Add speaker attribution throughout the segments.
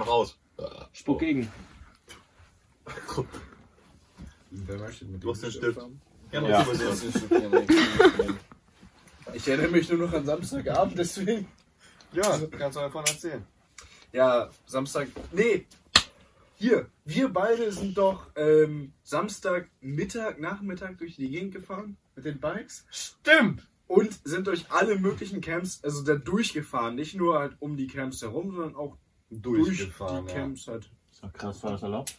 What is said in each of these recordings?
Speaker 1: raus.
Speaker 2: Spuck gegen.
Speaker 3: Wer möchte mit
Speaker 1: Du hast
Speaker 3: dem
Speaker 1: den Stift.
Speaker 3: haben?
Speaker 1: Ja,
Speaker 4: Ja.
Speaker 1: noch übersehen.
Speaker 3: Ich erinnere mich nur noch an Samstagabend, deswegen.
Speaker 4: Ja, kannst du davon erzählen.
Speaker 3: Ja, Samstag. Nee! Hier, wir beide sind doch ähm, Samstag, Mittag, Nachmittag durch die Gegend gefahren mit den Bikes
Speaker 4: Stimmt!
Speaker 3: und sind durch alle möglichen Camps, also da durchgefahren. Nicht nur halt um die Camps herum, sondern auch durch
Speaker 4: Durchgefahren.
Speaker 3: die Camps halt.
Speaker 2: So krass, war das erlaubt?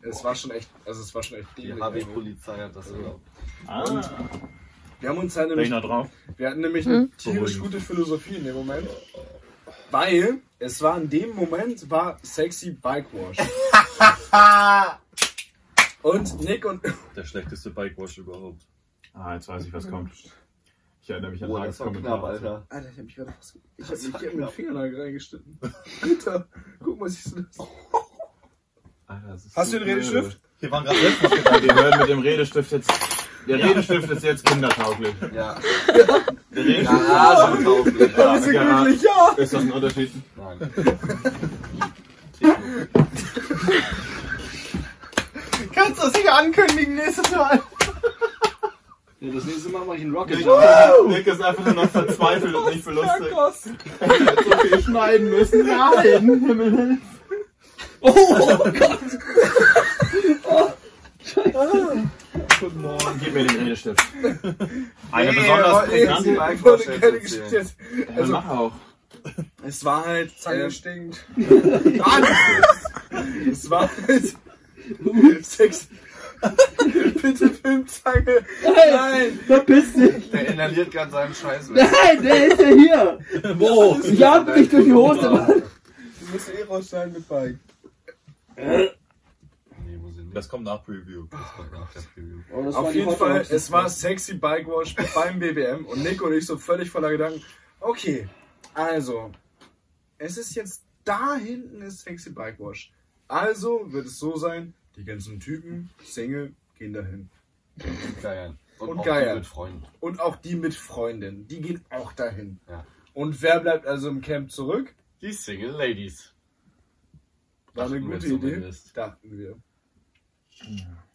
Speaker 3: Es war schon echt, also es war schon echt
Speaker 4: ja. Die
Speaker 3: dämlich.
Speaker 4: HB-Polizei hat das genau. erlaubt.
Speaker 2: Ah,
Speaker 3: Wir haben uns halt
Speaker 2: bin ich
Speaker 3: nämlich
Speaker 2: noch drauf.
Speaker 3: Wir hatten nämlich eine tierisch gute Philosophie in dem Moment. Weil es war in dem Moment war sexy Bike Wash. und Nick und
Speaker 1: Der schlechteste Bikewash überhaupt.
Speaker 2: Ah, jetzt weiß ich, was kommt. Ich erinnere mich an
Speaker 4: Boah, das war knapp, Alter.
Speaker 3: Alter, ich hab mich gerade was Ich hab mich hier mit dem Fingernagel reingeschnitten. Alter, guck mal, siehst du das? Hast du den Redestift?
Speaker 1: Hier waren gerade letztens
Speaker 2: Die hören mit dem Redestift jetzt. Der Redestift ist jetzt kindertauglich.
Speaker 4: Ja.
Speaker 1: der Regen.
Speaker 4: Ah, so tauglich.
Speaker 2: Ja,
Speaker 3: Wir sind
Speaker 2: ja.
Speaker 3: glücklich, ja!
Speaker 2: Ist das ein Unterschied?
Speaker 4: Nein.
Speaker 5: Kannst du das hier ankündigen nächstes Mal?
Speaker 2: Ja, das nächste Mal mache ich einen Rocket
Speaker 4: Nick ist einfach nur noch verzweifelt und nicht belustigt.
Speaker 3: Krass.
Speaker 5: Wir schneiden müssen. Nein, Himmel hilf.
Speaker 2: Oh, Gib mir den Redestift. Äh, Eine
Speaker 4: Nee,
Speaker 2: besonders
Speaker 4: aber-
Speaker 3: Ey,
Speaker 4: Kannst du
Speaker 3: ich
Speaker 2: prägnante.
Speaker 4: die
Speaker 3: wollte
Speaker 4: Bike Wash jetzt
Speaker 3: keine
Speaker 4: erzählen?
Speaker 3: Geschichte jetzt.
Speaker 2: Also, mach auch.
Speaker 3: Es war halt.
Speaker 5: Zange
Speaker 3: äh,
Speaker 5: stinkt.
Speaker 3: Es war halt. Sex. Bitte Filmzange. Nein!
Speaker 5: Verpiss dich.
Speaker 4: Der inhaliert gerade seinen Scheiß weg.
Speaker 5: Nein, der ist ja hier.
Speaker 1: Wo?
Speaker 5: Ich hab dich durch die Hose, Mann.
Speaker 3: Du musst eh raus sein mit Bike.
Speaker 4: Nee, muss ich nicht.
Speaker 1: Das kommt nach Preview. Das kommt nach der Preview.
Speaker 5: Oh, das war
Speaker 3: Auf
Speaker 5: die
Speaker 3: jeden
Speaker 5: Hot
Speaker 3: Fall,
Speaker 5: Dogs.
Speaker 3: es war sexy Bike Wash beim BBM und Nick und ich so völlig voller Gedanken. Okay, also, es ist jetzt da hinten ist sexy Bike Wash. Also wird es so sein, die ganzen Typen, Single, gehen dahin.
Speaker 4: Und geiern.
Speaker 3: Und
Speaker 4: auch die
Speaker 3: geiern.
Speaker 4: Mit Freunden.
Speaker 3: Und auch die mit Freundin, die gehen auch dahin.
Speaker 4: Ja.
Speaker 3: Und wer bleibt also im Camp zurück?
Speaker 4: Die Single Ladies.
Speaker 3: War eine
Speaker 4: Dachten wir
Speaker 3: gute Idee,
Speaker 4: zumindest.
Speaker 3: dachten wir.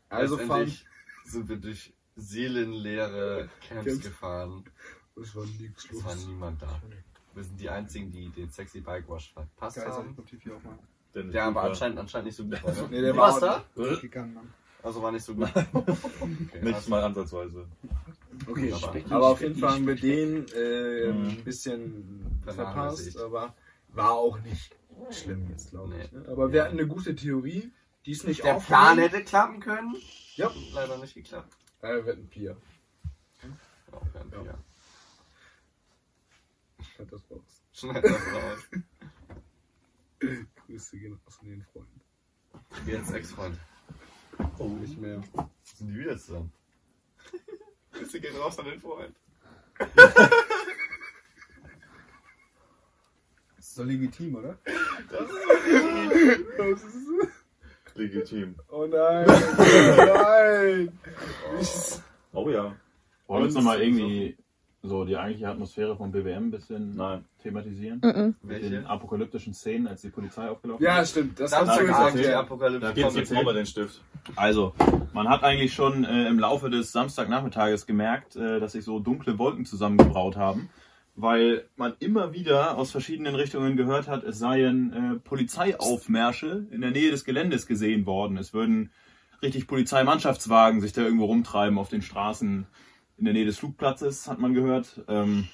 Speaker 3: Also fahren.
Speaker 4: Letztendlich sind wir durch seelenleere Camps
Speaker 3: Camps.
Speaker 4: gefahren.
Speaker 3: Es war nix
Speaker 4: Es war
Speaker 3: los.
Speaker 4: niemand da. Wir sind die einzigen, die den Sexy Bike Wash verpasst
Speaker 3: Geil,
Speaker 5: also
Speaker 3: sag ich
Speaker 4: haben.
Speaker 3: auf die vier auch mal.
Speaker 1: Dennis
Speaker 4: Der aber
Speaker 1: Cooper.
Speaker 4: anscheinend, anscheinend nicht so gut war. ne?
Speaker 3: Nee, der
Speaker 4: du
Speaker 3: war
Speaker 4: warst da?
Speaker 2: Äh,
Speaker 5: gegangen, ne? Mann.
Speaker 4: Also war nicht so gut. Okay,
Speaker 1: Nicht
Speaker 4: also-
Speaker 1: mal ansatzweise.
Speaker 3: Okay,
Speaker 4: Aber-
Speaker 3: aber auf jeden Fall haben wir den äh, ein bisschen
Speaker 4: Mhm. Vernachlässigt.
Speaker 3: verpasst, aber war auch nicht schlimm jetzt, glaube ich.
Speaker 4: Nee.
Speaker 3: ne? Aber wir hatten eine gute Theorie, die ist nicht
Speaker 4: Der Plan
Speaker 3: aufgegangen.
Speaker 4: hätte klappen können.
Speaker 3: Ja.
Speaker 4: Leider nicht geklappt.
Speaker 3: Äh, wir hatten Bier.
Speaker 4: Auch kein
Speaker 3: Ja.
Speaker 4: Bier.
Speaker 3: Schneid das raus.
Speaker 4: Schneid das raus.
Speaker 3: Grüße gehen raus an den Freund.
Speaker 4: Jetzt Ex-Freund.
Speaker 1: Oh,
Speaker 3: Nicht mehr.
Speaker 4: Sind die wieder zusammen? Sie gehen raus an den Freund.
Speaker 3: Ist doch legitim, oder?
Speaker 1: legitim.
Speaker 3: Oh nein! Oh nein! Ich-
Speaker 1: Oh ja.
Speaker 2: Wollen wir jetzt nochmal irgendwie so die eigentliche Atmosphäre vom BWM ein bisschen
Speaker 1: Nein.
Speaker 2: thematisieren? Mit den
Speaker 4: Welche?
Speaker 2: apokalyptischen Szenen, als die Polizei aufgelaufen
Speaker 3: Ja,
Speaker 2: ist.
Speaker 3: stimmt, das
Speaker 4: Das
Speaker 3: hast du
Speaker 2: Danke,
Speaker 3: gesagt.
Speaker 4: ist
Speaker 2: erzählt.
Speaker 4: die
Speaker 3: Ja.
Speaker 4: Apokalypse.
Speaker 2: Geht's
Speaker 1: Jetzt
Speaker 4: kommt.
Speaker 2: jetzt
Speaker 1: gibt's mal den Stift.
Speaker 2: Also, man hat eigentlich schon äh, im Laufe des Samstagnachmittages gemerkt, äh, dass sich so dunkle Wolken zusammengebraut haben, weil man immer wieder aus verschiedenen Richtungen gehört hat, es seien äh, Polizeiaufmärsche in der Nähe des Geländes gesehen worden. Es würden richtig Polizeimannschaftswagen sich da irgendwo rumtreiben auf den Straßen in der Nähe des Flugplatzes, hat man gehört. Ähm,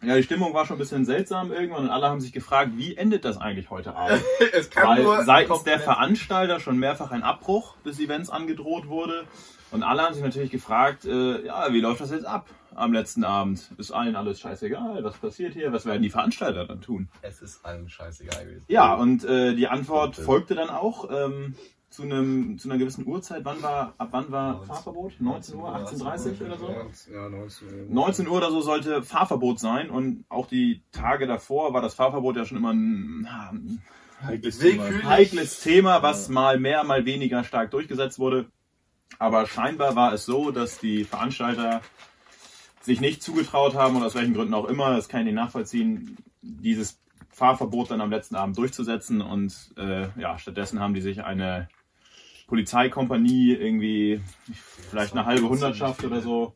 Speaker 2: ja, die Stimmung war schon ein bisschen seltsam irgendwann und alle haben sich gefragt, wie endet das eigentlich heute Abend?
Speaker 4: Es kann nur
Speaker 2: Weil seitens der
Speaker 4: komplett-
Speaker 2: Veranstalter schon mehrfach ein Abbruch des Events angedroht wurde. Und alle haben sich natürlich gefragt, äh, ja, wie läuft das jetzt ab am letzten Abend? Ist allen alles scheißegal? Was passiert hier? Was werden die Veranstalter dann tun?
Speaker 4: Es ist allen scheißegal gewesen.
Speaker 2: Ja, und äh, die Antwort
Speaker 1: Stimmt.
Speaker 2: folgte dann auch ähm, zu, einem, zu einer gewissen Uhrzeit. Wann war, ab wann war
Speaker 4: 19
Speaker 2: Fahrverbot? 19 Uhr, 18.30 Uhr oder so?
Speaker 3: Ja, 19 Uhr.
Speaker 2: 19 Uhr oder so sollte Fahrverbot sein. Und auch die Tage davor war das Fahrverbot ja schon immer ein, na,
Speaker 1: Heikles
Speaker 4: Willkürlich.
Speaker 2: heikles Thema, was mal mehr, mal weniger stark durchgesetzt wurde. Aber scheinbar war es so, dass die Veranstalter sich nicht zugetraut haben und aus welchen Gründen auch immer, das kann ich nicht nachvollziehen, dieses Fahrverbot dann am letzten Abend durchzusetzen. Und äh, ja, stattdessen haben die sich eine Polizeikompanie irgendwie, vielleicht eine halbe Hundertschaft oder so.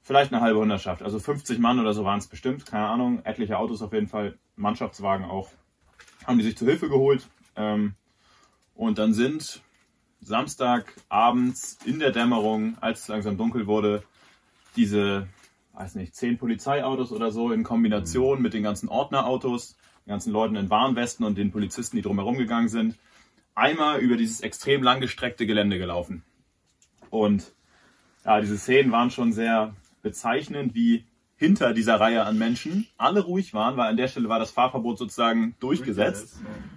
Speaker 2: Vielleicht eine halbe Hundertschaft. Also 50 Mann oder so waren es bestimmt, keine Ahnung. Etliche Autos auf jeden Fall, Mannschaftswagen auch. Haben die sich zu Hilfe geholt. Ähm, und dann sind Samstagabends in der Dämmerung, als es langsam dunkel wurde, diese, weiß nicht, zehn Polizeiautos oder so in Kombination mit den ganzen Ordnerautos, den ganzen Leuten in Warnwesten und den Polizisten, die drumherum gegangen sind, einmal über dieses extrem langgestreckte Gelände gelaufen. Und ja, diese Szenen waren schon sehr bezeichnend, wie hinter dieser Reihe an Menschen alle ruhig waren, weil an der Stelle war das Fahrverbot sozusagen durchgesetzt.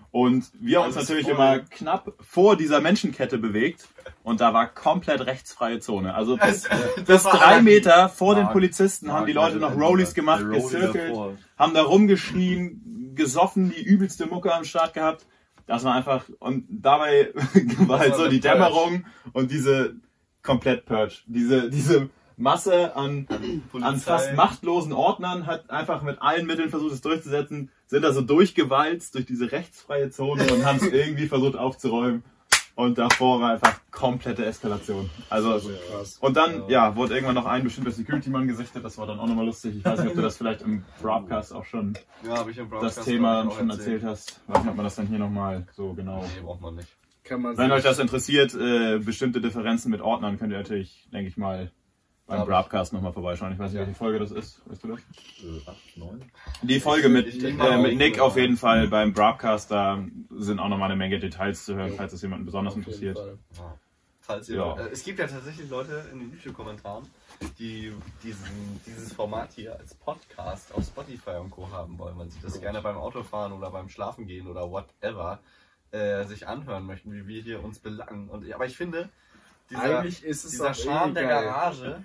Speaker 2: Und wir haben uns
Speaker 4: Alles
Speaker 2: natürlich
Speaker 4: voll.
Speaker 2: immer knapp vor dieser Menschenkette bewegt. Und da war komplett rechtsfreie Zone. Also bis, bis drei Meter vor den
Speaker 4: Mark-
Speaker 2: Polizisten
Speaker 4: ah,
Speaker 2: haben die Leute noch Rollies gemacht, gezirkelt, haben da rumgeschrien, gesoffen, die übelste Mucke am Start gehabt. Das war einfach, und dabei war halt
Speaker 3: war
Speaker 2: so
Speaker 3: der
Speaker 2: die
Speaker 3: Purge.
Speaker 2: Dämmerung und diese komplett Purge. Diese, diese Masse an an fast machtlosen Ordnern, hat einfach mit allen Mitteln versucht, es durchzusetzen, sind also durchgewalzt durch diese rechtsfreie Zone und haben es irgendwie versucht aufzuräumen. Und davor war einfach komplette Eskalation. Also,
Speaker 3: Krass.
Speaker 2: und dann, ja, wurde irgendwann noch ein bestimmter Security-Mann gesichtet, das war dann auch nochmal lustig. Ich weiß nicht, ob du das vielleicht im Broadcast auch schon
Speaker 4: Ja, habe ich im
Speaker 2: das
Speaker 4: Broadcast
Speaker 2: Thema
Speaker 4: glaub ich, auch
Speaker 2: schon erzählt hast. Weiß nicht, ob man das dann hier nochmal so genau.
Speaker 4: Nee, braucht man nicht.
Speaker 3: Kann man
Speaker 2: Wenn
Speaker 3: sich-
Speaker 2: euch das interessiert, äh, bestimmte Differenzen mit Ordnern könnt ihr natürlich, denke ich mal, beim
Speaker 4: Aber-
Speaker 2: Broadcast nochmal vorbeischauen. Ich weiß nicht, welche Folge das ist. Weißt du das?
Speaker 4: Äh, acht, neun?
Speaker 2: Die Folge mit,
Speaker 4: Ich denke
Speaker 2: äh,
Speaker 4: auch.
Speaker 2: mit Nick auf jeden Fall beim Broadcast, da sind auch nochmal eine Menge Details zu hören, falls es jemanden besonders
Speaker 3: Auf jeden
Speaker 2: interessiert.
Speaker 3: Fall.
Speaker 4: Ja. Falls ihr,
Speaker 2: Ja.
Speaker 4: äh, es gibt ja tatsächlich Leute in den YouTube-Kommentaren, die diesen, dieses Format hier als Podcast auf Spotify und Co. haben wollen, weil sie das gerne beim Autofahren oder beim Schlafen gehen oder whatever äh, sich anhören möchten, wie wir hier uns belangen. Und, aber ich finde, dieser,
Speaker 3: Eigentlich ist es
Speaker 4: dieser
Speaker 3: auch
Speaker 4: Charme
Speaker 3: irgendwie
Speaker 4: der
Speaker 3: geil.
Speaker 4: Garage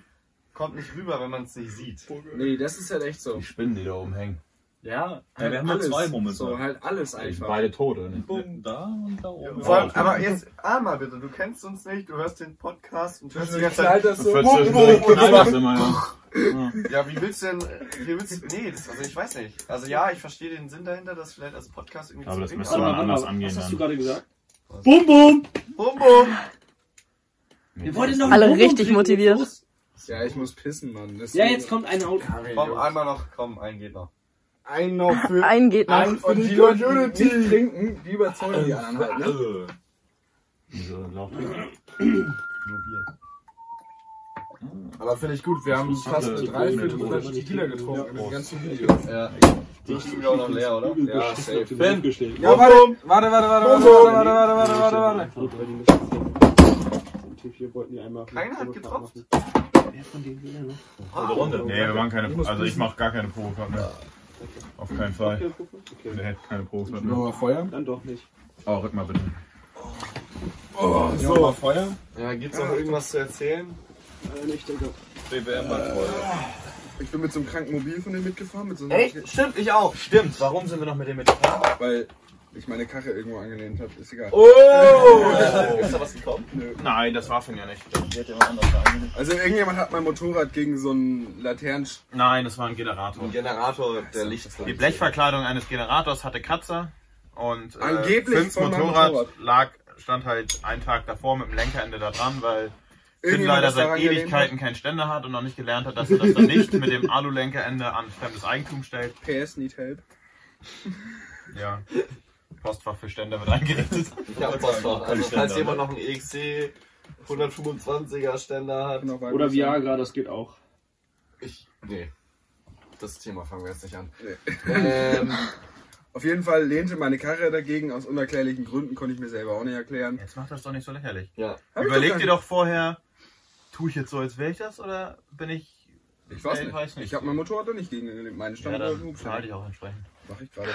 Speaker 4: kommt nicht rüber, wenn man es nicht sieht.
Speaker 3: Nee, das ist halt echt so.
Speaker 2: Spinnen, die da oben hängen.
Speaker 3: Ja,
Speaker 5: wir haben nur zwei momentan.
Speaker 3: So, halt alles einfach.
Speaker 2: Beide tot, oder nicht?
Speaker 5: Da und da oben.
Speaker 4: Vor allem, aber jetzt, einmal bitte, du kennst uns nicht, du hörst den Podcast und hörst die ganze Zeit,
Speaker 3: Knallt halt das so.
Speaker 4: Ja, wie willst du denn. Wie willst du, nee, das, also ich weiß nicht. Also ja, ich verstehe den Sinn dahinter, das vielleicht als Podcast irgendwie
Speaker 2: Aber das müsste
Speaker 5: Warte
Speaker 2: man
Speaker 5: mal,
Speaker 4: aber-
Speaker 5: warte
Speaker 2: anders
Speaker 5: mal,
Speaker 2: angehen
Speaker 5: Was hast
Speaker 2: dann.
Speaker 5: du gerade gesagt? Bum, bum!
Speaker 4: Bum, bum!
Speaker 5: Wir wollten noch
Speaker 6: Alle
Speaker 5: Bum, Bum
Speaker 6: richtig
Speaker 5: kriegen.
Speaker 6: motiviert.
Speaker 3: Ja, ich muss pissen, Mann. Das
Speaker 5: Ja, jetzt kommt ein Auto.
Speaker 4: Komm,
Speaker 3: Ein
Speaker 4: einmal noch, komm, ein geht noch.
Speaker 3: noch für.
Speaker 6: Ein geht noch.
Speaker 3: Und die Leute, die nicht trinken, die überzeugen die anderen halt. Ne?
Speaker 4: Nur Bier.
Speaker 3: Aber finde ich gut, wir haben fast eine
Speaker 5: so
Speaker 3: Dreiviertel
Speaker 5: Bohnen,
Speaker 3: Flasche
Speaker 5: die
Speaker 3: Tequila
Speaker 5: Bohnen,
Speaker 3: getrunken
Speaker 5: ja.
Speaker 3: in dem ganzen Video.
Speaker 4: Ja, die kriegen wir auch noch leer, oder?
Speaker 3: Ja, safe.
Speaker 5: Fan gestellt.
Speaker 3: Ja, warte, warte, warte, warte, warte, warte, warte, warte, warte.
Speaker 4: Keiner hat getropft.
Speaker 2: Eine Runde. Nee, wir machen keine, also ich mache gar keine Provokation mehr. Auf keinen Fall. Wir hätten keine Provokation mehr.
Speaker 3: Nochmal Feuer.
Speaker 5: Dann doch nicht.
Speaker 2: Oh, rück mal bitte.
Speaker 4: Oh,
Speaker 3: Nochmal Feuer.
Speaker 4: Ja, gibt's noch irgendwas zu erzählen?
Speaker 5: Äh, ich denke,
Speaker 4: BWM war toll.
Speaker 3: Ich bin mit so einem kranken Mobil von dem mitgefahren. Mit so einem
Speaker 4: Echt? Stimmt, ich auch. Stimmt. Warum sind wir noch mit dem mitgefahren?
Speaker 3: Weil ich meine Karre irgendwo angelehnt habe. Ist egal.
Speaker 4: Oh! Ist da was gekommen?
Speaker 2: Nein, das war von ja nicht.
Speaker 4: Die hat ja mal anders da
Speaker 3: Also irgendjemand hat mein Motorrad gegen so einen Laternen...
Speaker 2: Nein, das war ein Generator.
Speaker 4: Ein Generator, der Licht.
Speaker 2: Die Blechverkleidung eines Generators hatte Kratzer und äh,
Speaker 3: Angeblich
Speaker 2: Finns
Speaker 3: von meinem
Speaker 2: Motorrad,
Speaker 3: Motorrad.
Speaker 2: lag, stand halt einen Tag davor mit dem Lenkerende da dran, weil Finn
Speaker 3: Irgendjemand
Speaker 2: leider
Speaker 3: ist ne? daran
Speaker 2: seit
Speaker 3: gelehnt.
Speaker 2: Ewigkeiten keinen Ständer hat und noch nicht gelernt hat, dass er das dann nicht mit dem Alu-Lenkerende an fremdes Eigentum stellt.
Speaker 3: PS need help.
Speaker 2: Ja. Postfach für Ständer wird eingerichtet.
Speaker 4: Ich hab was von. Also falls
Speaker 2: Ständer,
Speaker 4: jemand noch einen EXC 125er Ständer hat.
Speaker 3: Kann auch weiter
Speaker 5: oder
Speaker 3: sein.
Speaker 5: Viagra, das geht auch.
Speaker 4: Ich. Nee. Das Thema fangen wir jetzt nicht an.
Speaker 3: Nee.
Speaker 4: ähm,
Speaker 3: Auf jeden Fall lehnte meine Karre dagegen. Aus unerklärlichen Gründen konnte ich mir selber auch nicht erklären.
Speaker 2: ne? Jetzt macht das doch nicht so lächerlich.
Speaker 4: ja.
Speaker 3: Hab ich
Speaker 2: Überleg
Speaker 3: gar
Speaker 2: dir
Speaker 3: nicht.
Speaker 2: doch vorher, tue ich jetzt so, als wäre ich das oder bin ich.
Speaker 3: Ich weiß
Speaker 2: Ey,
Speaker 3: nicht. Ich habe mein Motorrad doch nicht gegen meinen Stand.
Speaker 2: ja, dann
Speaker 3: gehupt.
Speaker 2: verhalte ich auch entsprechend.
Speaker 3: Mach ich gerade.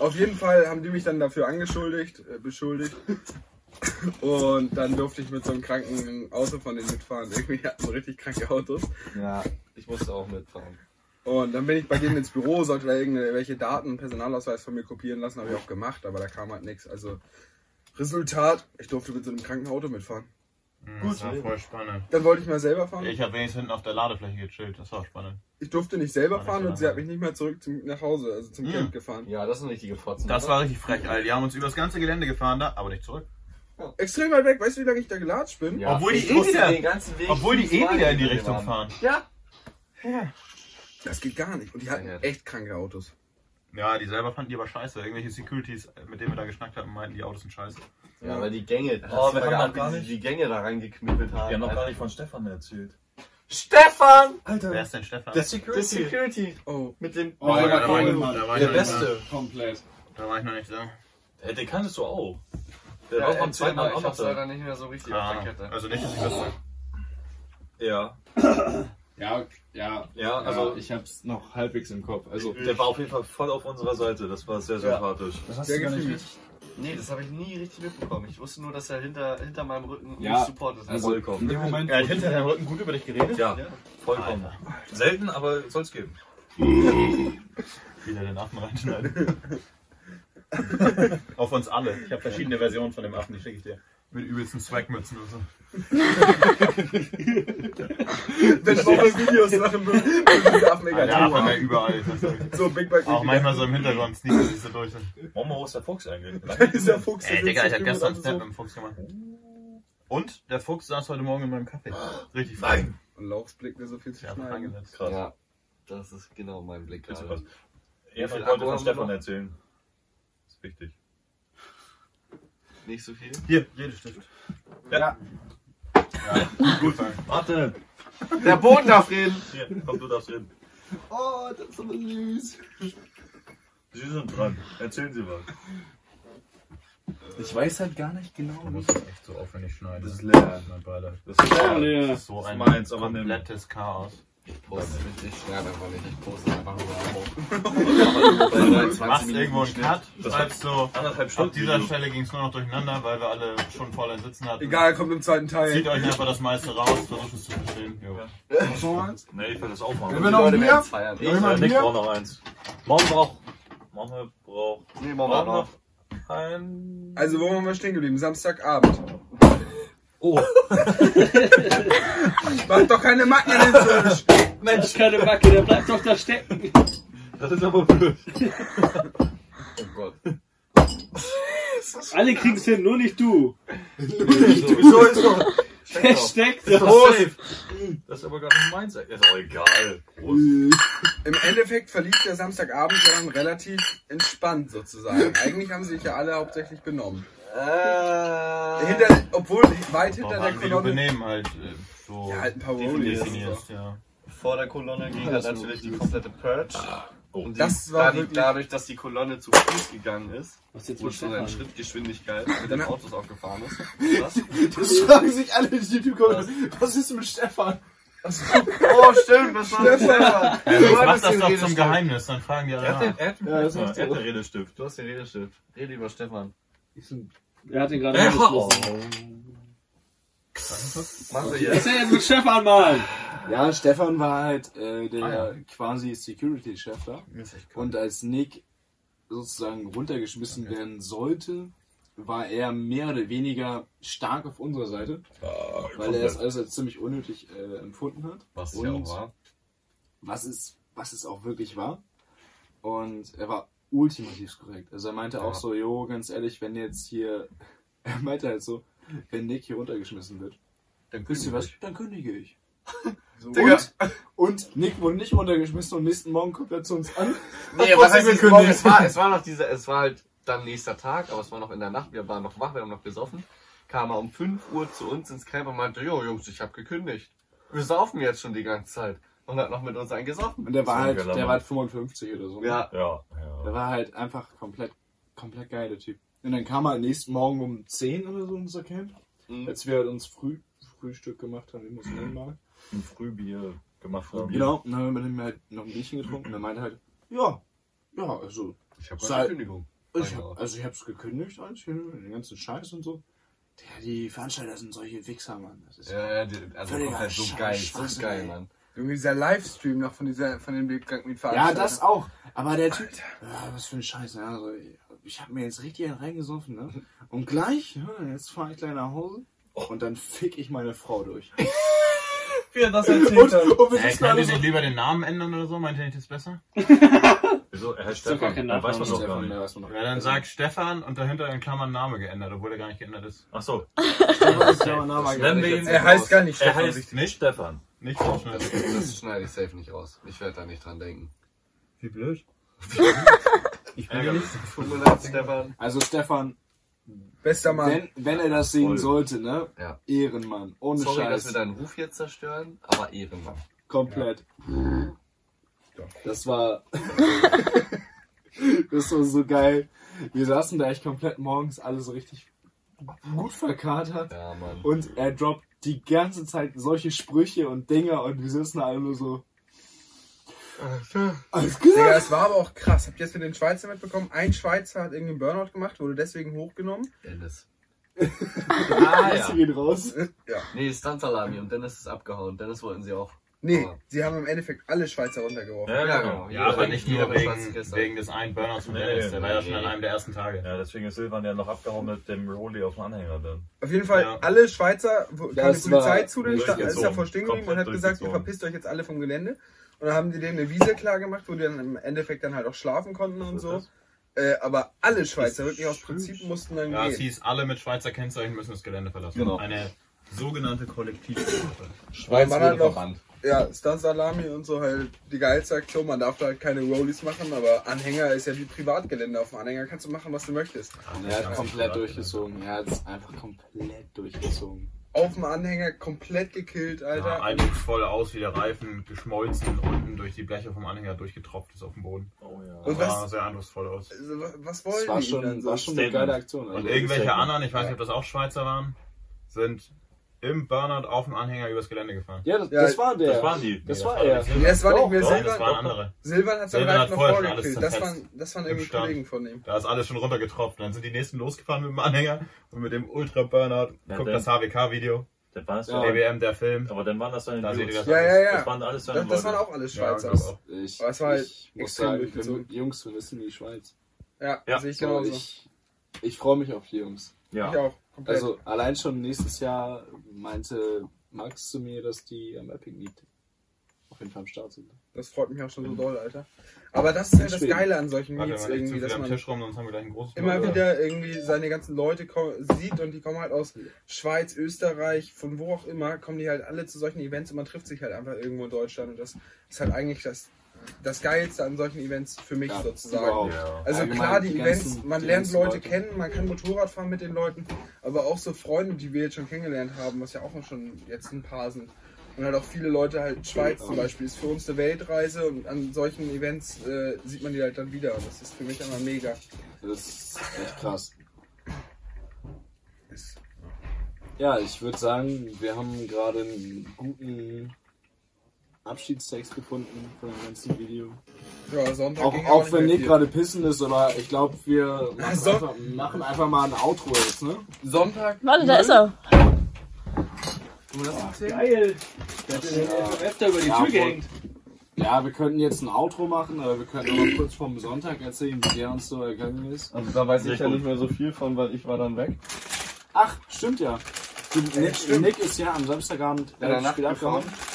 Speaker 3: Auf jeden Fall haben die mich dann dafür angeschuldigt, äh, beschuldigt. Und dann durfte ich mit so einem kranken Auto von denen mitfahren. Irgendwie hatten so richtig kranke Autos.
Speaker 4: Ja, ich musste auch mitfahren.
Speaker 3: Und dann bin ich bei denen ins Büro, sollte da irgendwelche Daten, Personalausweis von mir kopieren lassen, habe ich auch gemacht, aber da kam halt nichts. Also Resultat, ich durfte mit so einem kranken Auto mitfahren.
Speaker 6: Das war voll spannend.
Speaker 3: Dann wollte ich mal selber fahren.
Speaker 2: Ich habe wenigstens hinten auf der Ladefläche gechillt. Das war spannend.
Speaker 3: Ich durfte nicht selber
Speaker 2: War nicht
Speaker 3: fahren
Speaker 2: so
Speaker 3: und sie
Speaker 2: lange.
Speaker 3: hat mich nicht mehr zurück zum, nach Hause, also zum
Speaker 2: Mhm.
Speaker 3: Camp gefahren.
Speaker 4: Ja, das sind richtige Fotzen. ne?
Speaker 2: Das
Speaker 4: oder?
Speaker 2: war richtig frech, Alter. Die haben uns übers ganze Gelände gefahren da, aber nicht zurück.
Speaker 3: Extrem weit weg, weißt du, wie lange ich da gelatscht bin?
Speaker 4: Ja.
Speaker 2: Obwohl die
Speaker 4: Ich
Speaker 2: eh
Speaker 4: musste
Speaker 2: wieder-
Speaker 4: den ganzen Weg
Speaker 2: Obwohl die eh
Speaker 4: fünfmal
Speaker 2: wieder in die
Speaker 4: mit dem
Speaker 2: Richtung
Speaker 4: Mann.
Speaker 2: fahren.
Speaker 4: Ja.
Speaker 3: Das geht gar nicht. Und die hatten
Speaker 4: Ja, ja.
Speaker 3: echt kranke Autos.
Speaker 2: Ja, die selber fanden die aber scheiße. Irgendwelche Securities, mit denen wir da geschnackt haben, meinten, die Autos sind scheiße.
Speaker 4: Ja, aber die Gänge.
Speaker 7: Oh,
Speaker 4: Das
Speaker 7: wir
Speaker 4: oh, wir
Speaker 7: haben
Speaker 4: haben
Speaker 7: noch gar
Speaker 4: wie
Speaker 7: nicht-
Speaker 4: sie die Gänge da reingeknüppelt haben.
Speaker 7: Wir haben noch
Speaker 4: Alter.
Speaker 7: gar nicht von Stefan erzählt.
Speaker 4: Stefan!
Speaker 2: Wer
Speaker 7: Alter,
Speaker 2: ist denn Stefan?
Speaker 7: der
Speaker 4: Der
Speaker 7: Security.
Speaker 4: Security.
Speaker 3: Oh,
Speaker 4: Mit dem.
Speaker 6: Oh, da war ich noch- da war ich
Speaker 7: Der
Speaker 6: noch nicht mal-
Speaker 7: Beste.
Speaker 6: Komplett.
Speaker 2: Da war ich noch nicht da.
Speaker 7: Äh, Den kanntest du auch. Der
Speaker 4: Ja,
Speaker 7: war beim
Speaker 4: erzähl
Speaker 7: zweiten
Speaker 4: mal,
Speaker 7: Mal
Speaker 4: ich
Speaker 7: auch noch
Speaker 4: hab's
Speaker 7: da.
Speaker 4: leider nicht mehr so richtig
Speaker 2: Keine
Speaker 4: auf der
Speaker 2: Ahnung.
Speaker 4: Kette.
Speaker 2: Also nicht, dass ich das sage.
Speaker 7: Ja.
Speaker 6: Ja, ja.
Speaker 7: Ja,
Speaker 6: Also
Speaker 7: also
Speaker 6: ich hab's noch halbwegs im Kopf. Also
Speaker 7: der war auf jeden Fall voll auf unserer Seite. Das war sehr sympathisch.
Speaker 6: das hast
Speaker 3: sehr gefühlt.
Speaker 4: Nee, das habe ich nie richtig mitbekommen. Ich wusste nur, dass er hinter, hinter meinem Rücken
Speaker 6: Ja,
Speaker 4: mich supportet hat.
Speaker 6: also in dem Moment,
Speaker 2: Er hat hinter deinem Rücken gut über dich geredet.
Speaker 7: Ja, vollkommen. Selten, aber soll's geben.
Speaker 2: Wieder den Affen reinschneiden. Auf uns alle. Ich habe verschiedene Versionen von dem Affen, die schicke ich dir. Mit übelsten Swagmützen und so.
Speaker 3: wenn ich auch Videos machen würde, würde ich das mega
Speaker 2: Der Affe
Speaker 3: ja,
Speaker 2: wäre überall. Das ist-
Speaker 3: So, Big Bang.
Speaker 2: Auch manchmal so im Hintergrund, sneaker nicht so durch. sind.
Speaker 7: Warum wo ist der Fuchs eigentlich?
Speaker 3: Dieser Fuchs. der
Speaker 2: Ey, Digga, ich
Speaker 3: sitzt
Speaker 2: hab
Speaker 3: da
Speaker 2: gestern
Speaker 3: drüben
Speaker 2: Snap mit
Speaker 3: und
Speaker 2: dem Fuchs gemacht. Und der Fuchs saß heute Morgen in meinem Kaffee. Richtig fein.
Speaker 3: so. Und Lauchs blickt mir so viel zu
Speaker 2: Der hat mich
Speaker 3: schneiden.
Speaker 2: angesetzt.
Speaker 7: Krass.
Speaker 4: ja, das ist genau mein Blick
Speaker 7: Bitte
Speaker 4: gerade.
Speaker 7: Ja,
Speaker 4: Wie viel
Speaker 7: man
Speaker 4: Akku
Speaker 7: wollte von
Speaker 4: haben wir
Speaker 7: Stefan
Speaker 4: noch?
Speaker 7: erzählen. Ist wichtig.
Speaker 4: Nicht so viel?
Speaker 2: Hier, Redestift.
Speaker 7: Warte!
Speaker 4: Der Boden darf reden!
Speaker 7: Hier, komm, du darfst reden.
Speaker 6: oh, das ist aber süß.
Speaker 7: Sie sind dran. Erzählen Sie was.
Speaker 6: Ich weiß halt gar nicht genau,
Speaker 2: Du
Speaker 6: wie
Speaker 2: musst das echt so aufwendig schneiden.
Speaker 7: Das ist leer.
Speaker 2: Mein Beileid.
Speaker 7: Das ist
Speaker 6: Oh, nee.
Speaker 2: Das ist so
Speaker 7: Das
Speaker 2: ein
Speaker 7: ist meins, aber nimm.
Speaker 2: komplettes Chaos.
Speaker 4: Ich poste mit dich schneide einfach nicht. Ich poste einfach nur hoch.
Speaker 2: Machst irgendwo einen Cut,
Speaker 7: Das
Speaker 2: schreibst so.
Speaker 7: Anderthalb
Speaker 2: Ab
Speaker 7: Stunden.
Speaker 2: dieser
Speaker 7: Video.
Speaker 2: Stelle ging es nur noch durcheinander, weil wir alle schon voll ein Sitzen hatten.
Speaker 3: Egal, kommt im zweiten Teil.
Speaker 2: Zieht euch einfach das meiste raus, versucht es zu verstehen. Jo.
Speaker 6: schon mal.
Speaker 7: Nee, ich will das auch machen.
Speaker 6: Wenn wir noch ein Bier?
Speaker 4: feiern.
Speaker 7: Ich, äh, Nick braucht noch eins. Mom braucht. Mom braucht
Speaker 4: Nee, Mama noch.
Speaker 7: ein.
Speaker 3: Also, wo waren wir stehen geblieben? Samstagabend.
Speaker 7: Oh,
Speaker 3: Mach doch keine Macken in den Tisch.
Speaker 8: Mensch, keine Macke, der bleibt doch da stecken.
Speaker 7: das ist aber blöd.
Speaker 4: Oh Gott.
Speaker 8: Alle kriegen es hin, nur nicht du.
Speaker 7: Wieso ist doch.
Speaker 8: Der steckt
Speaker 7: Prost! Das ist aber gar nicht meins. Ist auch egal. Prost.
Speaker 3: Im Endeffekt verlief der Samstagabend ja dann relativ entspannt sozusagen. Eigentlich haben sie sich ja alle hauptsächlich benommen.
Speaker 2: Äh.
Speaker 3: Hinter, obwohl weit
Speaker 2: Auch
Speaker 3: hinter der
Speaker 2: an, wie du
Speaker 3: Kolonne.
Speaker 2: benehmen halt äh, so
Speaker 3: Ja, halt ein paar Rollies.
Speaker 2: definierst. Ja.
Speaker 4: Vor der Kolonne ging dann natürlich die komplette Purge. Und die,
Speaker 3: Das war
Speaker 4: dadurch-
Speaker 3: wirklich-
Speaker 4: dadurch, dass die Kolonne zu Fuß gegangen ist,
Speaker 8: Was jetzt
Speaker 4: wo
Speaker 8: mit
Speaker 4: schon in
Speaker 8: Stefan?
Speaker 4: Schrittgeschwindigkeit mit den
Speaker 3: Na.
Speaker 4: Autos auch gefahren ist. Was?
Speaker 6: Das fragen sich alle in die YouTube-Kommentare. Was ist mit Stefan?
Speaker 4: Oh, stimmt, das war Stefan.
Speaker 2: Ja, sonst
Speaker 4: Du
Speaker 2: mach
Speaker 4: hattest
Speaker 2: das
Speaker 4: den
Speaker 2: doch zum
Speaker 4: Redestift.
Speaker 2: Geheimnis, dann fragen die alle nach.
Speaker 4: Er hat den-
Speaker 6: Ja, das
Speaker 2: Ja, Er hat einen Redestift.
Speaker 4: Du hast den Redestift. Rede über Stefan.
Speaker 8: Er hat den gerade
Speaker 7: Ja.
Speaker 8: angeschmissen.
Speaker 4: Mach wir jetzt.
Speaker 8: Erzähl jetzt mit Stefan mal.
Speaker 6: Ja, Stefan war halt äh, der
Speaker 4: Ah,
Speaker 6: quasi Security-Chef da. Und als Nick sozusagen runtergeschmissen werden sollte, war er mehr oder weniger stark auf unserer Seite, weil er das alles als ziemlich unnötig äh, empfunden hat.
Speaker 4: Was
Speaker 6: Und
Speaker 4: ja auch war.
Speaker 6: Was es, was es auch wirklich war. Und er war ultimativ korrekt. Also er meinte auch so, jo, ganz ehrlich, wenn jetzt hier, er meinte halt so, wenn Nick hier runtergeschmissen wird,
Speaker 4: Dann
Speaker 6: wisst ihr was, dann kündige ich. So,
Speaker 4: Digga.
Speaker 6: und, und Nick wurde nicht runtergeschmissen und nächsten Morgen kommt er zu uns an.
Speaker 4: Nee, was
Speaker 6: Hat trotzdem
Speaker 4: heißt nicht
Speaker 6: gekündigt.
Speaker 4: morgen? Es war, es war noch diese, es war halt dann nächster Tag, aber es war noch in der Nacht, wir waren noch wach, wir haben noch gesoffen. Kam er um 5 Uhr zu uns ins Camp und meinte, jo Jungs, ich hab gekündigt. Wir saufen jetzt schon die ganze Zeit. Und hat noch mit uns eingesoffen.
Speaker 6: Und der war
Speaker 7: So ein
Speaker 6: halt,
Speaker 7: geiler
Speaker 6: der
Speaker 7: Mann.
Speaker 6: war halt 55 oder so. ne?
Speaker 4: Ja,
Speaker 7: Ja,
Speaker 6: Der
Speaker 7: ja.
Speaker 6: war halt einfach komplett, komplett geil, der Typ. Und dann kam er am nächsten Morgen um 10 oder so in unser Camp.
Speaker 4: Mhm.
Speaker 6: Als wir halt uns früh, Frühstück gemacht haben, wie muss man nennen mal.
Speaker 7: Ein Frühbier gemacht haben.
Speaker 6: Genau, und dann haben wir mit ihm halt noch ein Bierchen getrunken und er meinte halt, ja, ja, also,
Speaker 4: ich hab
Speaker 6: Sei-
Speaker 4: keine Kündigung.
Speaker 6: ich
Speaker 4: Genau.
Speaker 6: hab, also ich hab's gekündigt, alles, hier, den ganzen Scheiß und so. Ja, die Veranstalter sind solche Wichser, Mann. Das ist
Speaker 4: Ja, ja, die- also
Speaker 6: Völliger
Speaker 4: komplett so
Speaker 6: Scheiß-
Speaker 4: geil, so
Speaker 6: Schwachsinn,
Speaker 4: geil,
Speaker 6: ey.
Speaker 4: Mann.
Speaker 3: Junge, dieser Livestream noch von dieser von den
Speaker 6: Ja,
Speaker 3: Veranstaltungen.
Speaker 6: das auch. Aber der Typ, ah, was für ein Scheiß. ne? Also, ich habe mir jetzt richtig einen reingesoffen. Ne? Und gleich, ne, jetzt fahre ich gleich nach Hause. Und dann fick ich meine Frau durch.
Speaker 3: Wie er das erzählt hat.
Speaker 6: Und wir
Speaker 2: Äh,
Speaker 6: sitzen
Speaker 2: können
Speaker 6: alle
Speaker 2: wir
Speaker 6: so.
Speaker 2: nicht lieber den Namen ändern oder so? Meint ihr nicht das besser?
Speaker 7: Wieso? Er heißt
Speaker 8: ist doch gar
Speaker 7: Stefan.
Speaker 8: kein
Speaker 7: Da weiß man doch gar
Speaker 6: Stefan,
Speaker 7: nicht.
Speaker 6: da weiß man noch.
Speaker 2: Ja, dann sag Stefan und dahinter in Klammern Name geändert, obwohl er gar nicht geändert ist.
Speaker 7: Ach so.
Speaker 4: Nennen wir ihn.
Speaker 3: Er heißt gar nicht
Speaker 7: Er
Speaker 3: Stefan.
Speaker 7: heißt nicht Stefan.
Speaker 2: Nicht so schnell.
Speaker 4: Das, das schneide ich safe nicht raus. Ich werde da nicht dran denken.
Speaker 7: Wie blöd.
Speaker 4: Ich bin nicht. Tut mir leid, Stefan.
Speaker 6: Also Stefan,
Speaker 3: Bester Mann.
Speaker 6: wenn, wenn er das sehen sollte, ne?
Speaker 4: Ja.
Speaker 6: Ehrenmann. Ohne
Speaker 4: Sorry, dass wir
Speaker 6: Scheiß.
Speaker 4: deinen Ruf jetzt zerstören, aber Ehrenmann.
Speaker 6: Komplett. Das war. das war so geil. Wir saßen da echt komplett morgens alle so richtig gut verkatert.
Speaker 4: Ja, Mann.
Speaker 6: Und er droppt die ganze Zeit solche Sprüche und Dinger und wir sitzen alle nur so. Alles
Speaker 3: Digga,
Speaker 6: klar.
Speaker 3: es war aber auch krass. Habt ihr das mit den Schweizern mitbekommen? Ein Schweizer hat irgendeinen Burnout gemacht, wurde deswegen hochgenommen.
Speaker 4: Dennis.
Speaker 6: Ah,
Speaker 4: ah,
Speaker 6: ja.
Speaker 4: ja.
Speaker 6: gehen raus.
Speaker 3: Ja.
Speaker 4: Nee, Stunt-Salami und Dennis ist abgehauen. Dennis wollten sie auch.
Speaker 3: Nee,
Speaker 4: Aber-
Speaker 3: sie haben im Endeffekt alle Schweizer runtergeworfen.
Speaker 7: Ja,
Speaker 4: Ja,
Speaker 7: genau.
Speaker 4: genau.
Speaker 2: Ja, aber nicht nur
Speaker 4: Jeder
Speaker 2: wegen,
Speaker 4: Platz gestern.
Speaker 2: wegen des einen Burnouts von
Speaker 7: Nee,
Speaker 2: Dennis. Der war ja
Speaker 4: nee.
Speaker 2: schon an einem der ersten Tage.
Speaker 7: Ja, deswegen ist Silvan ja noch abgehauen mit dem Rolli auf den Anhänger dann.
Speaker 3: Auf jeden Fall,
Speaker 2: Ja.
Speaker 3: alle Schweizer, wo- kam die
Speaker 6: Das
Speaker 3: Polizei
Speaker 6: war
Speaker 3: zu denen, sta- ist
Speaker 7: durchgezogen.
Speaker 3: davor stehen geblieben und
Speaker 7: Komplett
Speaker 3: hat gesagt, ihr
Speaker 7: durchgezogen.
Speaker 3: verpisst euch jetzt alle vom Gelände. Und dann haben die denen eine Wiese klar gemacht, wo die dann im Endeffekt dann halt auch schlafen konnten und
Speaker 7: ist
Speaker 3: so.
Speaker 7: das?
Speaker 3: Äh, aber alle Schweizer, wirklich aus Prinzip, mussten dann
Speaker 2: Ja, es
Speaker 3: gehen.
Speaker 2: hieß, alle mit Schweizer Kennzeichen müssen das Gelände verlassen.
Speaker 4: Genau.
Speaker 2: Eine sogenannte Kollektivstrafe.
Speaker 4: Schweiz
Speaker 3: War
Speaker 4: wurde
Speaker 3: halt noch-
Speaker 4: verbannt.
Speaker 3: Ja, Stunt Salami und so halt die geilste Aktion. Man darf da halt keine Rollies machen, aber Anhänger ist ja wie Privatgelände. Auf dem Anhänger kannst du machen, was du möchtest.
Speaker 6: Er hat komplett durchgezogen. Er hat es einfach komplett durchgezogen.
Speaker 3: Auf dem Anhänger komplett gekillt,
Speaker 2: Ja,
Speaker 3: Alter.
Speaker 2: eigentlich voll aus wie der Reifen, geschmolzen, unten durch die Bleche vom Anhänger durchgetropft ist auf dem Boden.
Speaker 7: Oh ja.
Speaker 3: Und
Speaker 2: Sah
Speaker 3: was,
Speaker 2: sehr eindrucksvoll aus.
Speaker 3: also, wa- was
Speaker 6: Es
Speaker 3: wollen
Speaker 6: war
Speaker 3: die denn
Speaker 6: schon,
Speaker 3: so?
Speaker 6: war schon eine
Speaker 7: Statement.
Speaker 6: geile Aktion.
Speaker 2: Und
Speaker 6: Also.
Speaker 2: irgendwelche
Speaker 7: Statement.
Speaker 2: anderen, ich weiß nicht, ob das auch Schweizer waren, sind im Burnout auf dem Anhänger übers Gelände gefahren.
Speaker 6: Ja, das,
Speaker 3: Ja,
Speaker 6: das war der.
Speaker 7: Das waren die.
Speaker 6: Das
Speaker 7: Nee,
Speaker 6: war
Speaker 7: der
Speaker 6: er.
Speaker 7: Silvan.
Speaker 3: Nee, das war nicht
Speaker 6: Doch,
Speaker 3: mehr
Speaker 2: Nein, das waren
Speaker 3: Silvan.
Speaker 2: andere.
Speaker 3: Silvan hat seinen
Speaker 2: Silvan hat
Speaker 3: Reifen noch
Speaker 2: vorher schon
Speaker 3: vorgekillt.
Speaker 2: alles
Speaker 3: Das
Speaker 2: zerfetzt.
Speaker 3: waren, das waren
Speaker 2: Im
Speaker 3: irgendwie
Speaker 2: Stand.
Speaker 3: Kollegen von ihm.
Speaker 2: Da ist alles schon runtergetropft. Dann sind die nächsten losgefahren mit dem Anhänger und mit dem Ultra-Burnout.
Speaker 7: Ja,
Speaker 2: Guckt
Speaker 7: der-
Speaker 2: das HWK-video,
Speaker 7: Dann waren es
Speaker 6: Ja.
Speaker 7: ja.
Speaker 2: BWM, der Film.
Speaker 7: Aber dann waren das deine
Speaker 2: Da seht ihr
Speaker 7: Dudes.
Speaker 2: das. genau.
Speaker 3: Ja, ja, ja.
Speaker 7: Das waren alles deine
Speaker 3: Das, das waren
Speaker 7: Leute.
Speaker 3: auch alle Schweizer.
Speaker 2: das auch.
Speaker 6: Ich,
Speaker 3: Aber es war halt
Speaker 6: ich muss
Speaker 3: extrem
Speaker 6: sagen,
Speaker 3: durchgezogen.
Speaker 6: wir- Jungs, wir müssen in die Schweiz.
Speaker 3: Ja,
Speaker 7: Ja.
Speaker 3: sehe ich
Speaker 6: So,
Speaker 3: genauso. Ich,
Speaker 6: Genau, ich ich freue mich auf die Jungs.
Speaker 7: Ja.
Speaker 3: auch. Komplett.
Speaker 6: Also allein schon nächstes Jahr meinte Max zu mir, dass die am Epic Meet auf jeden Fall am Start sind.
Speaker 3: das freut mich auch schon so doll, Alter. Aber das ist halt das
Speaker 6: Schweden.
Speaker 3: Geile an solchen
Speaker 2: Mhm. Warte,
Speaker 3: Meets
Speaker 2: mal nicht zu
Speaker 3: irgendwie,
Speaker 2: viel
Speaker 3: dass
Speaker 2: am
Speaker 3: man
Speaker 2: Tisch rum, sonst haben wir gleich ein großes
Speaker 3: immer
Speaker 2: Problem.
Speaker 3: wieder irgendwie seine ganzen Leute ko- sieht und die kommen halt aus Schweiz, Österreich, von wo auch immer, kommen die halt alle zu solchen Events und man trifft sich halt einfach irgendwo in Deutschland und das ist halt eigentlich das, das Geilste an solchen Events für mich
Speaker 6: Ja,
Speaker 3: sozusagen.
Speaker 6: überhaupt.
Speaker 7: Ja.
Speaker 3: Also
Speaker 6: Allgemein
Speaker 3: klar, die
Speaker 6: die
Speaker 3: Events,
Speaker 6: ganzen-
Speaker 3: man
Speaker 6: die
Speaker 3: lernt
Speaker 6: ganzen
Speaker 3: Leute,
Speaker 6: Leute.
Speaker 3: kennen, man kann Motorrad fahren mit den Leuten, aber auch so Freunde, die wir jetzt schon kennengelernt haben, was ja auch schon jetzt ein paar sind. Und halt auch viele Leute halt, Schweiz zum Beispiel, ist für uns eine Weltreise und an solchen Events äh, sieht man die halt dann wieder. Das ist für mich immer mega.
Speaker 6: Das ist echt krass.
Speaker 3: Ist-
Speaker 6: Ja, ich würde sagen, wir haben gerade einen guten Abschiedstext gefunden von dem ganzen Video.
Speaker 3: Ja, Sonntag
Speaker 6: Auch,
Speaker 3: ging aber
Speaker 6: auch
Speaker 3: nicht
Speaker 6: wenn
Speaker 3: mehr
Speaker 6: Nick
Speaker 3: viel.
Speaker 6: gerade pissen ist, aber ich glaube, wir machen,
Speaker 3: Also-
Speaker 6: einfach, machen einfach mal ein Outro jetzt, ne?
Speaker 3: Sonntag.
Speaker 9: Warte, da ist er.
Speaker 8: Geil. Der hat den öfter über die
Speaker 6: Ja,
Speaker 8: Tür
Speaker 6: voll.
Speaker 8: gehängt.
Speaker 6: Ja, wir könnten jetzt ein Outro machen, aber wir können auch noch kurz vom Sonntag erzählen, wie der uns so ergangen ist.
Speaker 4: Also da weiß
Speaker 7: ich ja nicht
Speaker 4: mehr so viel von, weil ich war dann weg.
Speaker 6: Ach, stimmt ja. Du, Nick,
Speaker 3: stimmt.
Speaker 6: Nick ist ja am Samstagabend äh,
Speaker 4: In der
Speaker 6: relativ
Speaker 4: Nacht
Speaker 6: spät abgehauen.
Speaker 4: gefahren.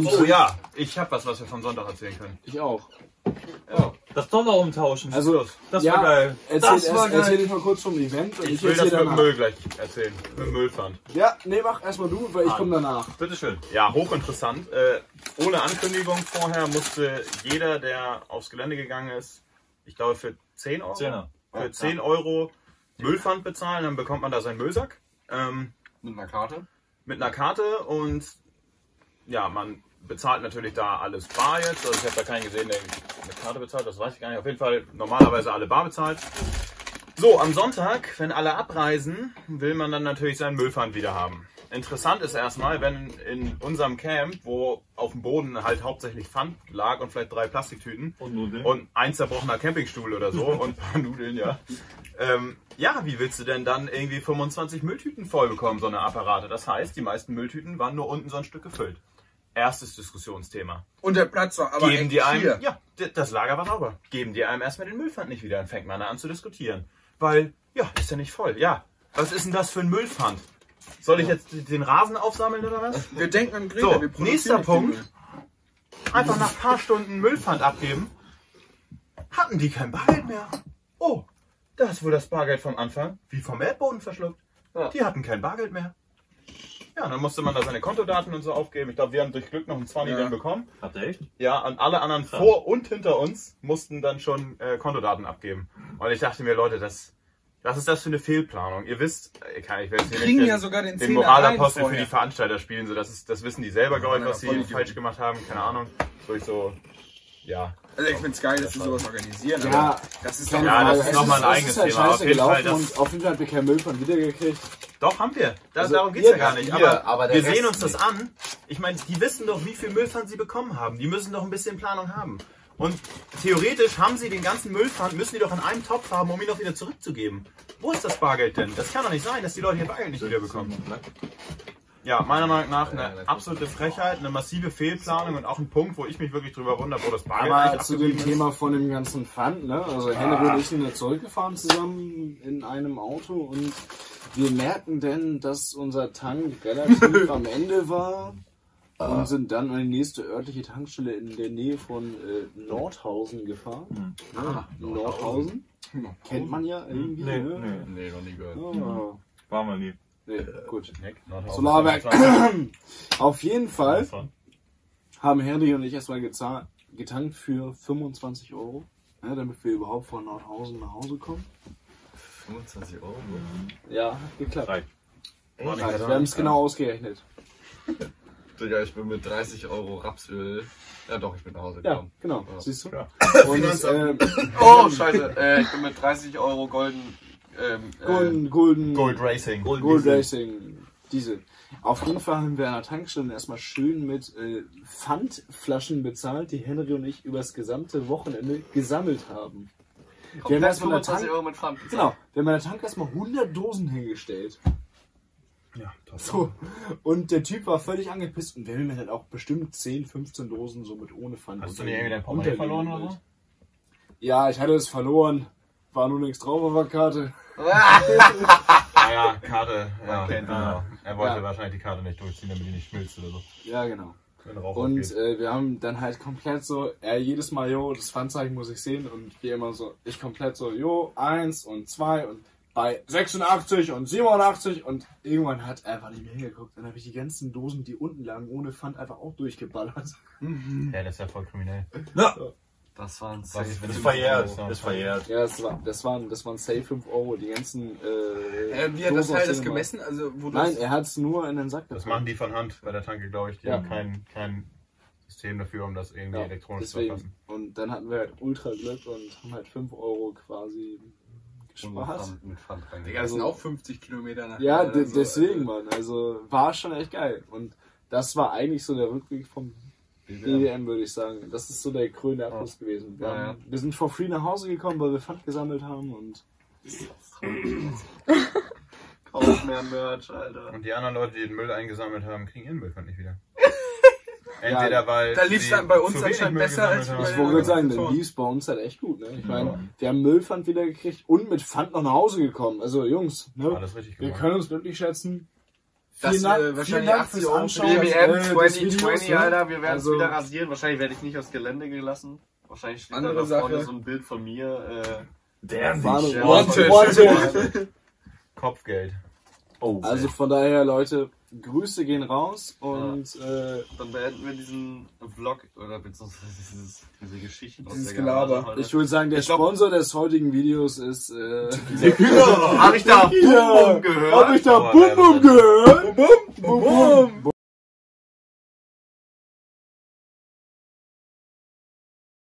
Speaker 7: Mit
Speaker 2: Oh
Speaker 7: Raphael.
Speaker 2: ja, ich hab was, was wir vom Sonntag erzählen können.
Speaker 6: Ich auch.
Speaker 7: Das Dollar umtauschen.
Speaker 6: Also,
Speaker 7: das
Speaker 6: ja,
Speaker 7: war geil.
Speaker 6: Erzähl,
Speaker 7: Das
Speaker 6: erst,
Speaker 7: war geil.
Speaker 6: erzähl dich mal kurz vom Event und ich,
Speaker 2: Ich, will das
Speaker 6: erzähl
Speaker 2: mit dem
Speaker 6: danach.
Speaker 2: Müll gleich erzählen. Mit dem Müllpfand.
Speaker 6: Ja, nee, mach erstmal du,
Speaker 2: Ah.
Speaker 6: weil ich komme danach.
Speaker 2: Bitteschön. Ja, hochinteressant. Äh, ohne Ankündigung vorher musste jeder, der aufs Gelände gegangen ist, ich glaube für 10 Euro,
Speaker 7: Zehner.
Speaker 2: Für 10 Euro Müllpfand bezahlen, dann bekommt man da seinen Müllsack. Ähm,
Speaker 4: Mit einer Karte.
Speaker 2: mit einer Karte und ja, man bezahlt natürlich da alles bar jetzt. Also ich habe da keinen gesehen, der mit Karte bezahlt, das weiß ich gar nicht. Auf jeden Fall normalerweise alle bar bezahlt. So, am Sonntag, wenn alle abreisen, will man dann natürlich seinen Müllpfand wieder haben. Interessant ist erstmal, wenn in unserem Camp, wo auf dem Boden halt hauptsächlich Pfand lag und vielleicht drei Plastiktüten,
Speaker 7: Und Nudeln.
Speaker 2: und ein zerbrochener Campingstuhl oder so und ein paar Nudeln, ja. Ähm, ja, wie willst du denn dann irgendwie 25 Mülltüten voll bekommen, so eine Apparate? Das heißt, die meisten Mülltüten waren nur unten so ein Stück gefüllt. Erstes Diskussionsthema.
Speaker 3: Und der Platz war aber
Speaker 2: Geben
Speaker 3: echt
Speaker 2: die einem,
Speaker 3: hier.
Speaker 2: ja, d- das Lager war sauber. Geben die einem erstmal den Müllpfand nicht wieder, dann fängt man da an zu diskutieren. Weil, ja, ist ja nicht voll. Ja, was ist denn das für ein Müllpfand? Soll ich jetzt den Rasen aufsammeln oder was?
Speaker 3: Wir denken an Greta,
Speaker 2: So,
Speaker 3: wir produzieren
Speaker 2: nächster
Speaker 3: nicht viel
Speaker 2: Punkt.
Speaker 3: Müll.
Speaker 2: Einfach nach ein paar Stunden Müllpfand abgeben. Hatten die kein Bargeld mehr. Oh, da ist wohl das Bargeld vom Anfang wie vom Erdboden verschluckt. Die hatten kein Bargeld mehr. Ja, dann musste man da seine Kontodaten und so aufgeben. Ich glaube, wir haben durch Glück noch einen 20
Speaker 3: Ja.
Speaker 2: dann bekommen.
Speaker 7: Habt ihr echt?
Speaker 2: Ja, und alle anderen vor und hinter uns mussten dann schon äh, Kontodaten abgeben. Und ich dachte mir, Leute, das, was ist das für eine Fehlplanung? Ihr wisst, äh, ich, kann, ich werde jetzt hier
Speaker 3: Kriegen
Speaker 2: nicht
Speaker 3: ja sogar den
Speaker 2: den
Speaker 3: Zehner
Speaker 2: Moralapostel
Speaker 3: rein
Speaker 2: für die
Speaker 3: vorher.
Speaker 2: Veranstalter spielen. So, das, ist, das wissen die selber, glaube ich,
Speaker 3: Ja,
Speaker 2: was
Speaker 3: voll
Speaker 2: sie
Speaker 3: Idioten.
Speaker 2: falsch gemacht haben. Keine Ahnung. Durch so, ja.
Speaker 3: Also ich find's geil, dass sie sowas organisieren.
Speaker 6: Ja.
Speaker 3: aber das ist
Speaker 6: Keine
Speaker 3: doch-
Speaker 2: Ja, das
Speaker 6: Frage.
Speaker 2: ist
Speaker 6: Es
Speaker 2: noch mal ein
Speaker 6: es
Speaker 2: eigenes
Speaker 6: ist halt
Speaker 2: Thema. Auf
Speaker 6: Scheiße
Speaker 2: jeden Fall,
Speaker 6: gelaufen und
Speaker 2: das-
Speaker 6: auf jeden Fall hat wir keinen Müllpfand wiedergekriegt.
Speaker 2: Doch, haben wir. Da,
Speaker 6: Also
Speaker 2: darum geht's ja
Speaker 6: ihr-
Speaker 2: gar nicht.
Speaker 4: ihr,
Speaker 2: Aber,
Speaker 4: aber der
Speaker 2: wir
Speaker 4: Rest
Speaker 2: sehen uns das
Speaker 4: nicht.
Speaker 2: an. Ich meine, die wissen doch, wie viel Müllpfand sie bekommen haben. Die müssen doch ein bisschen Planung haben. Und theoretisch haben sie den ganzen Müllpfand, müssen die doch in einem Topf haben, um ihn doch wieder zurückzugeben. Wo ist das Bargeld denn? Das kann doch nicht sein, dass die Leute ihr Bargeld nicht wiederbekommen. Ja, meiner Meinung nach eine absolute Frechheit, eine massive Fehlplanung und auch ein Punkt, wo ich mich wirklich drüber wundere, wo das Bargeld
Speaker 6: Aber
Speaker 2: eigentlich
Speaker 6: zu
Speaker 2: abgeblieben
Speaker 6: dem
Speaker 2: ist.
Speaker 6: Thema von dem ganzen Pfand, ne? Also Henry und ich sind ja zurückgefahren zusammen in einem Auto und wir merken denn, dass unser Tank relativ am Ende war und sind dann an die nächste örtliche Tankstelle in der Nähe von äh, Nordhausen gefahren. Ah, Nordhausen. Hm. Kennt man ja irgendwie,
Speaker 7: Nee,
Speaker 6: ne?
Speaker 7: nee.
Speaker 4: Nee, noch nie gehört.
Speaker 6: Ah,
Speaker 7: War mal nie.
Speaker 6: nee, gut.
Speaker 4: Nordhausen.
Speaker 6: Solarwerk. Auf jeden Fall haben Henry und ich erstmal gezahlt, getankt für 25 Euro, ne, damit wir überhaupt von Nordhausen nach Hause kommen.
Speaker 4: 25 Euro.
Speaker 6: Ja, hat geklappt.
Speaker 7: Reicht.
Speaker 6: Reicht. Wir haben es genau ausgerechnet.
Speaker 4: Digga, ich bin mit 30 Euro Rapsöl. Ja, doch, ich bin nach Hause
Speaker 6: Ja,
Speaker 4: gekommen.
Speaker 6: genau.
Speaker 4: Ja.
Speaker 6: Siehst du?
Speaker 7: Ja.
Speaker 6: Und ähm,
Speaker 4: Oh, scheiße. Äh, ich bin mit 30 Euro golden. Ähm,
Speaker 6: Golden, Golden,
Speaker 2: Gold Racing.
Speaker 6: Gold Racing Diesel. Auf jeden Fall haben wir an der Tankstelle erstmal schön mit äh, Pfandflaschen bezahlt, die Henry und ich übers gesamte Wochenende gesammelt
Speaker 4: Äh,
Speaker 6: haben. Wir haben
Speaker 4: komplett
Speaker 6: erstmal eine
Speaker 4: 25
Speaker 6: Tank
Speaker 4: Euro mit Pfand.
Speaker 6: Genau, wir haben an der Tank erstmal 100 Dosen hingestellt.
Speaker 2: Ja,
Speaker 6: So, und der Typ war völlig angepisst und wir haben ihm dann auch bestimmt 10, 15 Dosen somit ohne Pfand.
Speaker 2: Hast du nicht irgendwie dein Portemonnaie verloren oder so?
Speaker 6: Ja, ich hatte es verloren. War nur nichts drauf auf der Karte.
Speaker 2: Ah ja, Karte. Ja,
Speaker 4: kennt ihn
Speaker 2: ah, er wollte
Speaker 6: Ja.
Speaker 2: wahrscheinlich die Karte nicht durchziehen, damit die nicht schmilzt oder so.
Speaker 6: Ja, genau.
Speaker 2: Wenn Rauch
Speaker 6: Und
Speaker 2: aufgeht.
Speaker 6: äh, wir haben dann halt komplett so, er jedes Mal, jo, das Pfandzeichen muss ich sehen und wir immer so, ich komplett so, jo, 1 und 2 und bei 86 und 87 und irgendwann hat er einfach nicht mehr hingeguckt. Dann habe ich die ganzen Dosen, die unten lagen, ohne Pfand einfach auch durchgeballert.
Speaker 3: äh,
Speaker 2: Ja, das ist ja voll kriminell.
Speaker 4: Das waren
Speaker 2: Was ist, wenn
Speaker 7: Ist
Speaker 2: ich-
Speaker 7: verjährt. Ist verjährt.
Speaker 6: Ja, das, war, das waren, das waren safe 5 Euro, die ganzen. Äh,
Speaker 3: Äh, wie hat das
Speaker 6: Dosen
Speaker 3: Teil
Speaker 6: aus
Speaker 3: das
Speaker 6: Dänemark.
Speaker 3: gemessen? Also, wo
Speaker 6: Nein,
Speaker 3: das,
Speaker 6: er hat es nur in den Sack
Speaker 2: Das
Speaker 6: gepackt.
Speaker 2: machen die von Hand bei der Tanke, glaube ich. Die
Speaker 6: Ja.
Speaker 2: haben kein, kein System dafür, um das irgendwie
Speaker 6: Ja,
Speaker 2: elektronisch zu erfassen.
Speaker 6: deswegen. Und dann hatten wir halt ultra Glück und haben halt 5 Euro quasi gespart.
Speaker 4: Mit Pfand rein.
Speaker 3: Digga, das sind auch 50 Kilometer nach.
Speaker 6: also- Ja,
Speaker 3: oder
Speaker 6: de
Speaker 3: so.
Speaker 6: deswegen, Mann. Also war schon echt geil. Und das war eigentlich so der Rückweg vom BWM, würde ich sagen. Das ist so der krönende Abschluss gewesen. Wir,
Speaker 4: Ja,
Speaker 6: haben, wir sind for free nach Hause gekommen, weil wir Pfand gesammelt haben und
Speaker 4: Kauf mehr Merch, Alter.
Speaker 2: Und die anderen Leute, die den Müll eingesammelt haben, kriegen ihren Müllpfand nicht wieder. Entweder weil.
Speaker 3: Da lief's
Speaker 2: sie
Speaker 3: dann bei uns
Speaker 2: zu wenig
Speaker 3: anscheinend
Speaker 2: Müll
Speaker 3: besser als
Speaker 2: gesammelt
Speaker 3: bei
Speaker 6: ich
Speaker 2: haben.
Speaker 3: den
Speaker 6: wollte
Speaker 3: Ja,
Speaker 6: gerade sagen,
Speaker 3: so.
Speaker 6: dann lief es bei uns halt echt gut. Ne? Ich meine, wir haben Müllpfand wieder gekriegt und mit Pfand noch nach Hause gekommen. Also Jungs, ne?
Speaker 2: Alles richtig
Speaker 6: wir
Speaker 2: gemacht.
Speaker 6: können uns glücklich schätzen.
Speaker 3: Das,
Speaker 6: Vielen Dank-
Speaker 3: äh, wahrscheinlich
Speaker 6: vielen Dank
Speaker 3: 80
Speaker 6: fürs
Speaker 3: Euro
Speaker 6: Anschauen.
Speaker 3: für die
Speaker 6: das,
Speaker 4: BWM
Speaker 6: äh, des Videos,
Speaker 4: 2020,
Speaker 6: ne?
Speaker 4: Alter, wir werden es
Speaker 6: Also-
Speaker 4: wieder rasieren. Wahrscheinlich werde ich nicht aufs Gelände gelassen. Wahrscheinlich steht
Speaker 3: Andere
Speaker 4: da da vorne
Speaker 3: Sache.
Speaker 4: so ein Bild von mir. äh,
Speaker 7: Der
Speaker 6: Warte,
Speaker 7: nicht.
Speaker 3: Wanted.
Speaker 6: Wanted.
Speaker 2: Kopfgeld.
Speaker 7: Oh,
Speaker 6: Also von daher, Leute, Grüße gehen raus und äh,
Speaker 4: Äh, dann beenden wir diesen Vlog oder beziehungsweise dieses, diese Geschichten. aus
Speaker 3: Dieses
Speaker 4: der
Speaker 3: Gelaber.
Speaker 4: Garage heute.
Speaker 6: ich würde sagen, der
Speaker 4: glaub-
Speaker 6: Sponsor des heutigen Videos ist. Äh,
Speaker 4: Hab ich da Boom Boom gehört?
Speaker 6: Hab ich da Bum Bum gehört? Bum Bum.